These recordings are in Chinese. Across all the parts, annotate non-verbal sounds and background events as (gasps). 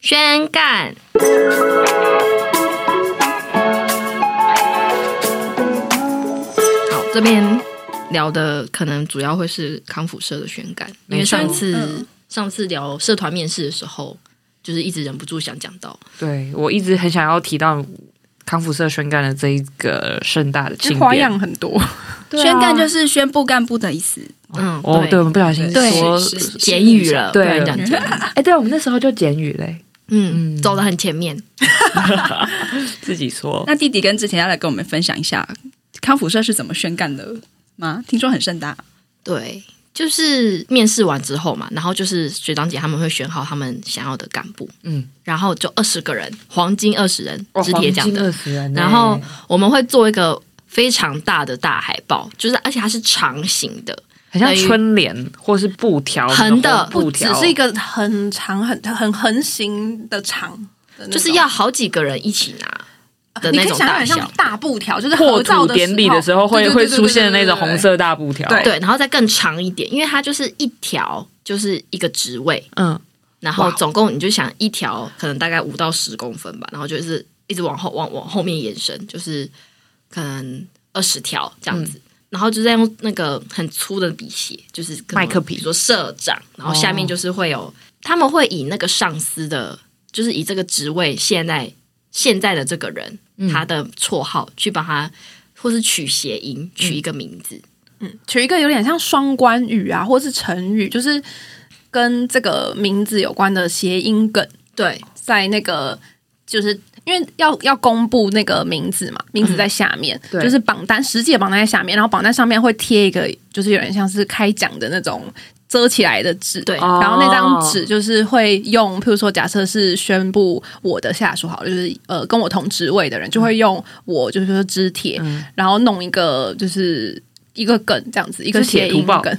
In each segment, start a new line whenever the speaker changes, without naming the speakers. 宣干。好，这边聊的可能主要会是康复社的宣干，因为上次、上次聊社团面试的时候，就是一直忍不住想讲到，
对我一直很想要提到康复社宣干的这一个盛大的
其
庆
实花
典。
样很多，
对啊
宣干就是宣布干部的意思。
嗯，
哦，对，我们不小心
对
说，
是是简语了，
对
不然讲简语，
哎，对，我们那时候就简语嘞，
嗯，走的很前面，
自己说。
那弟弟跟志田要来跟我们分享一下康复社是怎么宣干的吗？听说很盛大，
对，就是面试完之后嘛，然后就是学长姐他们会选好他们想要的干部，
嗯，
然后就二十个人，黄金二十人，直铁奖的。
二十欸人呢，
然后我们会做一个非常大的大海报，就是而且它是长形的，
很像
等于
春联或是布条，
横的
然后布
不只
条
是一个很长、很很横行的长的那种，哦
就是要好几个人一起拿。的
你
那
可以
种
想象
大
很
小
像，大布条，就是
破
合照
土
的
典礼的时候会
对对
会
对对
出现的
对
那
对
种
对对
红色大布条。
对
对，然后再更长一点，因为它就是一条就是一个职位，
嗯，
然后总共你就想一条可能大概五到十公分吧，然后就是一直往后往往后面延伸，就是可能二十条这样
嗯
子。然后就在用那个很粗的笔写，就是可能
麦克
比
笔哦
如说社长，然后下面就是会有、他们会以那个上司的，就是以这个职位现在现在的这个人、
嗯
他的绰号去帮他，或是取谐音，取一个名字。
嗯
取一个有点像双关语啊，或是成语，就是跟这个名字有关的谐音梗，
对，
在那个就是。因为要要公布那个名字嘛，名字在下面，
嗯对
就是榜单，实际的榜单在下面，然后榜单上面会贴一个，就是有点像是开奖的那种遮起来的纸，
对
然后那张
哦
纸就是会用，譬如说，假设是宣布我的下属好了，就是呃跟我同职位的人，就会用我就是说支帖，
嗯
然后弄一个就是一个梗这样子，一个
是铁
谐音
图报
梗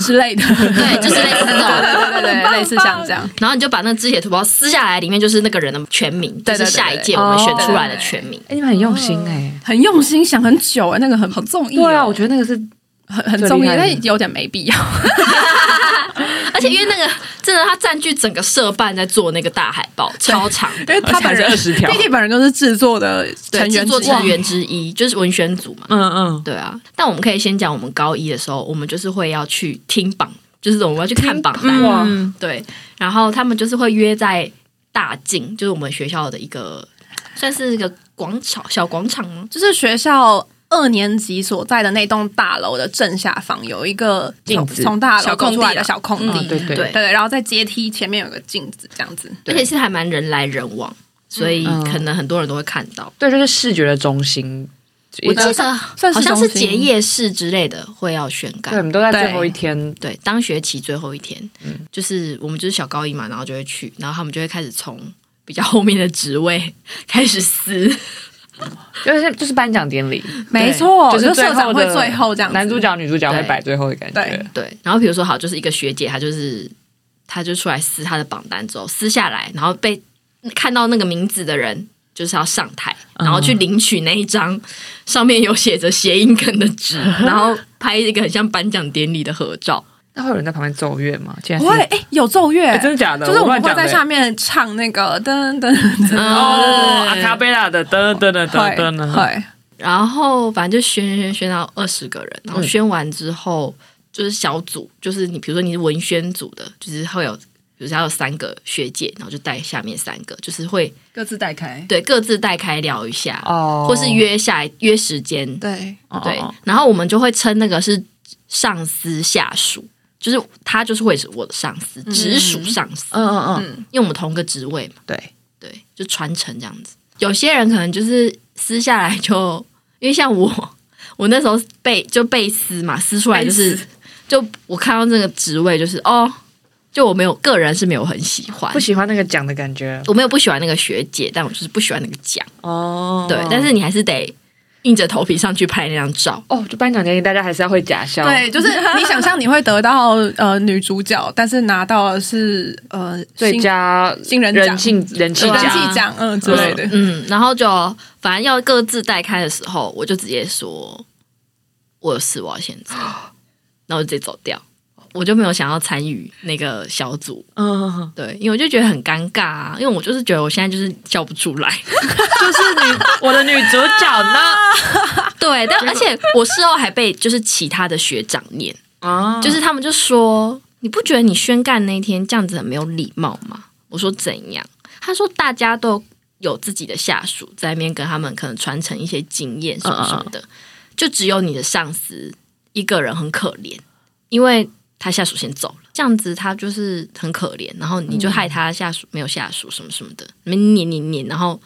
之类的，对
(laughs) 对，就是类似这种。
(laughs) 对对对，类似像这样，
然后你就把那个字写图包撕下来，里面就是那个人的全名，
对对哦
就是下一届我们选出来的全名。
哎，你们很用心哎。
很用心想很久哎，那个很
好综艺、哦。
对啊，我觉得那个是
很很
最
综艺，
厉害的
但有点没必
(laughs)
要。
而且因为那个真的，他占据整个社办在做那个大海报，超长的。
因为他
本人20条
弟弟本人就是制作的 (laughs) 成
对，制
员
作
之一
成员之一就是文宣组嘛。
嗯嗯，
对啊，但我们可以先讲，我们高一的时候，我们就是会要去听榜，就是我们要去看榜单。
哇，
嗯
对，然后他们就是会约在大径，就是我们学校的一个算是一个广场小广场吗？
就是学校二年级所在的那栋大楼的正下方有一个
镜
从
子
从大楼
小空
走出来
地啊
的小空
啊
地，
对对
对
嗯对对，然后在阶梯前面有个镜子，这样子。
而且是还蛮人来人往，所以
嗯
可能很多人都会看到。
对，就是视觉的中心。
我记
对，
得
算
好
是
像
中
是
心
结业式之类的会要宣
我
告。
们都在最后一天
对，当学期最后一天，
嗯
就是我们就是小高一嘛，然后就会去，然后他们就会开始从比较后面的职位 (laughs) 开始撕。
就是就是颁奖典礼，
没错，
就是
哦就
最
社长
的
会最后这样子。
男主角女主角会摆最后的感觉
对。
对，然后比如说好，就是一个学姐，她就是她就出来撕她的榜单之后撕下来，然后被看到那个名字的人。就是要上台，然后去
嗯
领取那一张上面有写着谐音梗的纸，然后拍一个很像颁奖典礼的合
(laughs)
照。
那会有人在旁边奏乐吗？竟然
不
是
会，哎，有奏乐
哎，真的假的？
就是我们
乱
会
讲的欸
在下面唱那个噔噔
嗯
噔，
哦，阿
啊
卡贝拉的噔噔噔噔噔
会
呢？
会，
然后反正就宣宣宣到二十个人，然后宣完之后、就是小组，就是你比如说你是文宣组的，就是会有，比如说还有三个学姐，然后就带下面三个，就是会
各自带开。
对各自带开聊一下，
哦
或是约下来约时间，
对，
哦
对，然后我们就会称那个是上司下属。就是他，就是会是我的上司，直属上司，
嗯嗯嗯，
因为我们同个职位嘛。
对，
对，就传承这样子。有些人可能就是撕下来就，因为像我，我那时候被就被撕嘛，撕出来就是，就我看到这个职位就是哦，就我没有个人是没有很喜欢
不，喜欢那个奖的感觉
我没有不喜欢那个学姐，但我就是不喜欢那个奖，
哦。
对，但是你还是得硬着头皮上去拍那张照。
哦，就颁奖典礼，大家还是要会假笑。
对，就是你想象你会得到呃女主角，但是拿到的是呃
最
新
佳
新人奖
人气人气
对
人
啊
奖，
气奖嗯之类的。 (laughs)
嗯，然后就反正要各自带开的时候， (gasps) 我就直接说我有事，我要先走，然后我就直接走掉。我就没有想要参与那个小组，
嗯，
对，因为我就觉得很尴尬啊，因为我就是觉得我现在就是叫不出来，
就是女我的女主角呢？
(laughs) 对， (laughs) 但而且我事后还被就是其他的学长念，
啊，
就是他们就说：“你不觉得你宣干那一天这样子很没有礼貌吗？”我说：“怎样？”他说：“大家都有自己的下属在那边跟他们可能传承一些经验什么什么的，就只有你的上司一个人很可怜，因为他下属先走了，这样子他就是很可怜，然后你就害他下属没有下属什么什么的，你们念念念，然后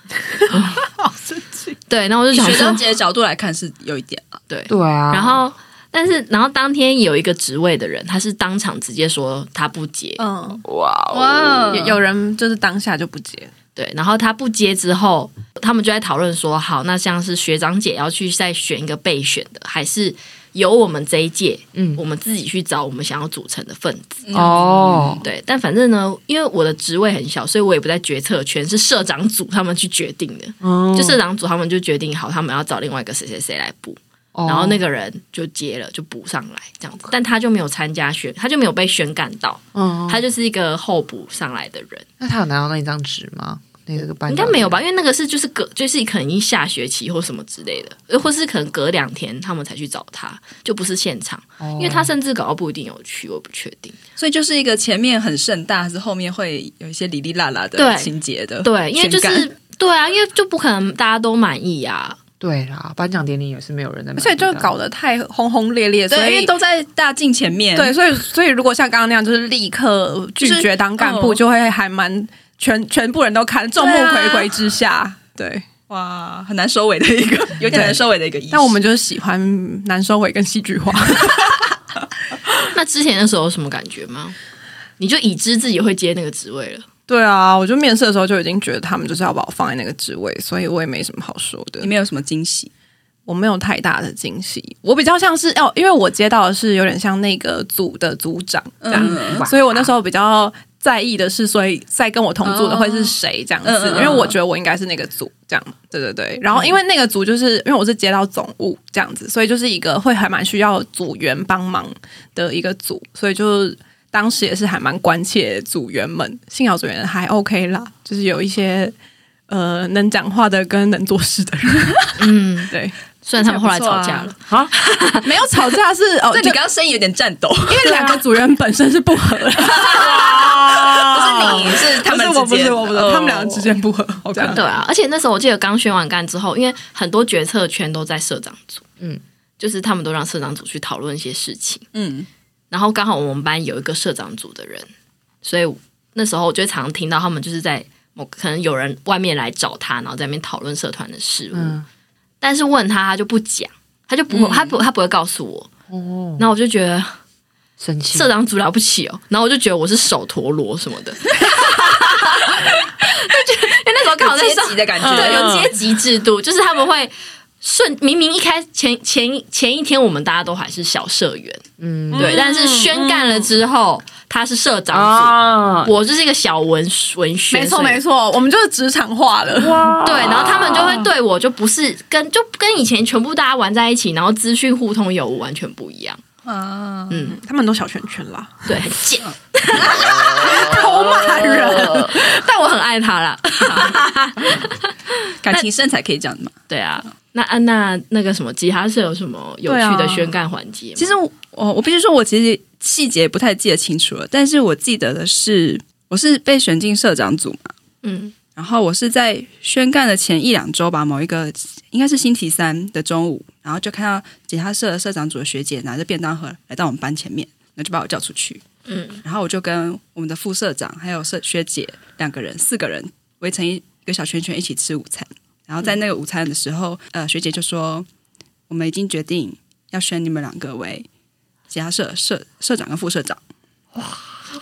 好生气。
对，然后我就
以
想
学长
说，
姐的角度来看是有一点啊，
对，
对啊，
然后。”但是，然后当天有一个职位的人，他是当场直接说他不接，
嗯，
哇哦，
哇
有有人就是当下就不接，
对，然后他不接之后，他们就在讨论说，好，那像是学长姐要去再选一个备选的，还是由我们这一届，
嗯
我们自己去找我们想要组成的分子。
哦，
对，但反正呢，因为我的职位很小，所以我也不在决策圈，是社长组他们去决定的。
嗯
就社长组他们就决定好，他们要找另外一个谁谁谁来补，
哦
然后那个人就接了，就补上来这样子。但他就没有参加选，他就没有被宣干到，
嗯，
他就是一个候补上来的人。
那他有拿到那一张纸吗？那个班
应该没有吧？？因为那个是就是隔就是可能已经下学期或什么之类的，呃或是可能隔两天他们才去找他，就不是现场，因为他甚至搞到不一定有去，我不确定。
所以就是一个前面很盛大，还是后面会有一些哩哩啦啦的
对
情节的。
对，因为就
宣
是对啊，因为就不可能大家都满意啊。
对啦，颁奖典礼也是没有人在买
而
这个，
且就搞得太轰轰烈烈，
对，
所
因
以
为都在大镜前面。
对，，所以所以如果像刚刚那样，就是立刻拒绝当干
就
部，
是嗯
就会还蛮全全部人都看众目睽睽之下。
啊
对，
哇，很难收尾的一 (laughs) 个，有点难收尾的一个仪式。
但我们就是喜欢男收尾跟戏剧化，
那之前的时候有什么感觉吗？你就已知自己会接那个职位了，
对啊，我就面试的时候就已经觉得他们就是要把我放在那个职位，所以我也没什么好说的
里。面有什么惊喜？
我没有太大的惊喜，我比较像是哦，因为我接到的是有点像那个组的组长这
嗯
样，
啊
哇
(laughs) 所以我那时候比较在意的是，所以在跟我同组的会是谁这样子，
嗯嗯嗯嗯
因为我觉得我应该是那个组这样，对对对。然后因为那个组就是因为我是接到总务这样子，所以就是一个会还蛮需要组员帮忙的一个组，所以就当时也是还蛮关切组员们，幸好组员还 OK 啦，就是有一些。呃，能讲话的跟能做事 (laughs) 的人，
嗯，
对，
虽然他们后来吵架
还不
了，
啊，
没有吵架是 (laughs) 哦，
这
就
你刚刚声音有点颤抖，
因为两个组员本身是不合的，
不是你，是
(laughs)
啊他们
不是我
之
不是
间的
我不是，他们两个之。
哦
间不 (laughs) 合，这样
对啊。而且那时候我记得刚宣完干之后，因为很多决策圈都在社长组，
嗯
嗯，就是他们都让社长组去讨论一些事情。
嗯，
然后刚好我们班有一个社长组的人，所以那时候我就常听到他们就是在某可能有人外面来找他，然后在那边讨论社团的事务，
嗯
但是问他他就不讲，他就不
嗯
会，他不他不会告诉我。
哦，
然后我就觉得
生气
社长组了不起哦，然后我就觉得我是手陀螺什么
(laughs)
的，就觉得因为那时候刚好
有
在
阶
上
级的感
对，
觉，
有阶级制度，就是他们会顺明明一开前前前一天我们大家都还是小社员，
嗯
嗯，对，但是宣干
嗯
了之后，他是社长组，
啊，
我就是一个小文文学，
没错
所以
没。错，我们就是职场化了。
哇
对，然后他们就会对我就不是跟就跟以前全部大家玩在一起，然后资讯互通有无完全不一样。
啊，
嗯，
他们都小圈圈啦，
对，很
(laughs)
贱，
偷骂人，
但我很爱他啦。
感情深才可以这样嘛。
对啊，那安娜那个什么吉他社有什么有趣
对
的
啊
宣干环节吗？
其实我我必须说，我其实细节不太记得清楚了，但是我记得的是，我是被选进社长组嘛，
嗯
然后我是在宣干的前一两周吧，某一个应该是星期三的中午，然后就看到吉他社的社长组的学姐拿着便当盒来到我们班前面，然后就把我叫出去，
嗯，
然后我就跟我们的副社长还有社学姐两个人，四个人围成一个小圈圈一起吃午餐。然后在那个午餐的时候，呃，学姐就说我们已经决定要选你们两个为吉他社社社长跟副社长。哇！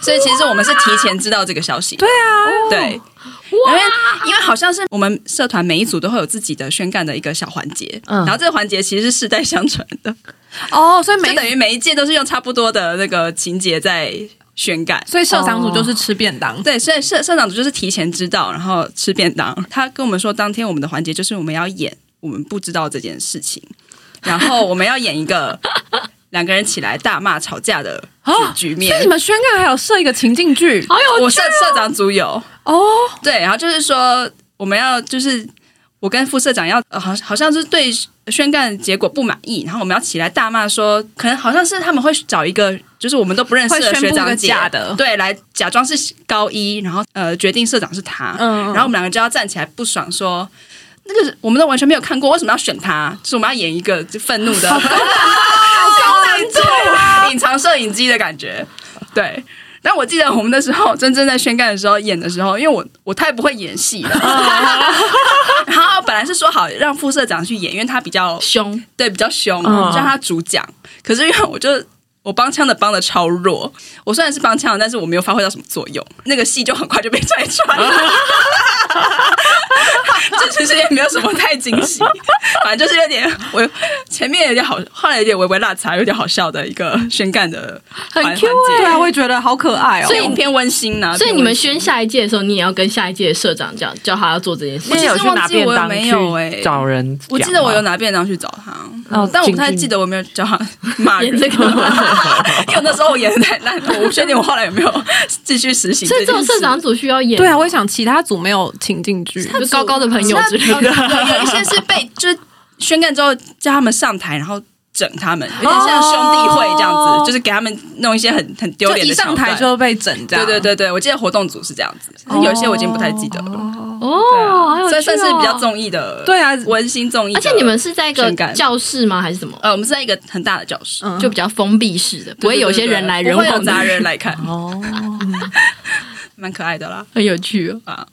所以其实我们是提前知道这个消息。对啊，对， (laughs) 因为因为好像是我们社团每一组都会有自己的宣干的一个小环节，
嗯
然后这个环节其实是世代相传的，
哦，所以
就等于每一届都是用差不多的那个情节在宣干。
所以社长组就是吃便当，
对，所以社社长组就是提前知道，然后吃便当。他跟我们说，当天我们的环节就是我们要演我们不知道这件事情，然后我们要演一个两个人起来大骂吵架的
哦
局
所
面
以你。们宣告还有设一个情境剧
好有
我社社长组有
哦，
对，然后就是说我们要就是我跟副社长要呃好好像是对宣干的结果不满意，然后我们要起来大骂说，可能好像是他们会找一个就是我们都不认识
会
的
宣
学
布
长
个
姐
假的
对，来假装是高一，然后呃决定社长是他，
嗯
然后我们两个就要站起来不爽说。那个我们都完全没有看过，为什么要选他？就是我们要演一个就愤怒的 (laughs) 高
啊
难度、隐藏摄影机的感觉。对，但我记得我们那时候真正在宣干的时候演的时候，因为我我太不会演戏了， (laughs) 然后本来是说好让副社长去演，因为他比较
凶，
对比较凶，
嗯
就让他主讲。可是因为我就我帮腔的帮的超弱，我虽然是帮腔的，但是我没有发挥到什么作用，那个戏就很快就被拆穿了。 (laughs) 这其实也没有什么太惊喜，反正就是有点我前面有点好，后来有点微微辣茶，有点好笑的一个宣干的
很
环
Q
环节
对啊，我也觉得好可爱哦。
所以
偏偏温馨呢、
所以你们
偏温馨
宣下一届的时候，你也要跟下一届的社长叫叫他要做这件事
你。
(laughs)
其实
有去拿便
忘
当
记我有没有
去
欸
找人讲吗？
我记得我有拿便当去找他，
哦
但我不
进
太
进
记得我有没有叫他骂人
演这个
(laughs) 因为那时候我演的太烂了，我不确定我后来有
(laughs)
没有继续实行
所以
这
这种
件事。
社长组需要演，
对啊，我也想其他组没有情境剧，
就高高的朋友之类的。
的，有一些是被就是宣干之后叫他们上台，然后整他
哦
们，有点像兄弟会这样子，
哦
就是给他们弄一些很很丢
就
脸
一
的
上
桥
台
段。
就被整这样。
对对对对，我记得活动组是这样子，有一些我已经不太记得了，
哦，还有
啊所以算是比较
重。
综艺的，
对啊
温馨综艺的。
而且你们是在一个
宣感嗯
教室吗？还是什么？
呃，我们是在一个很大的教室，
就比较封闭式的，不
不
会有些人来人
不会有
往的
杂人来看，
哦，
蛮可爱的啦。
(laughs) (laughs) 很有趣哦。
啊，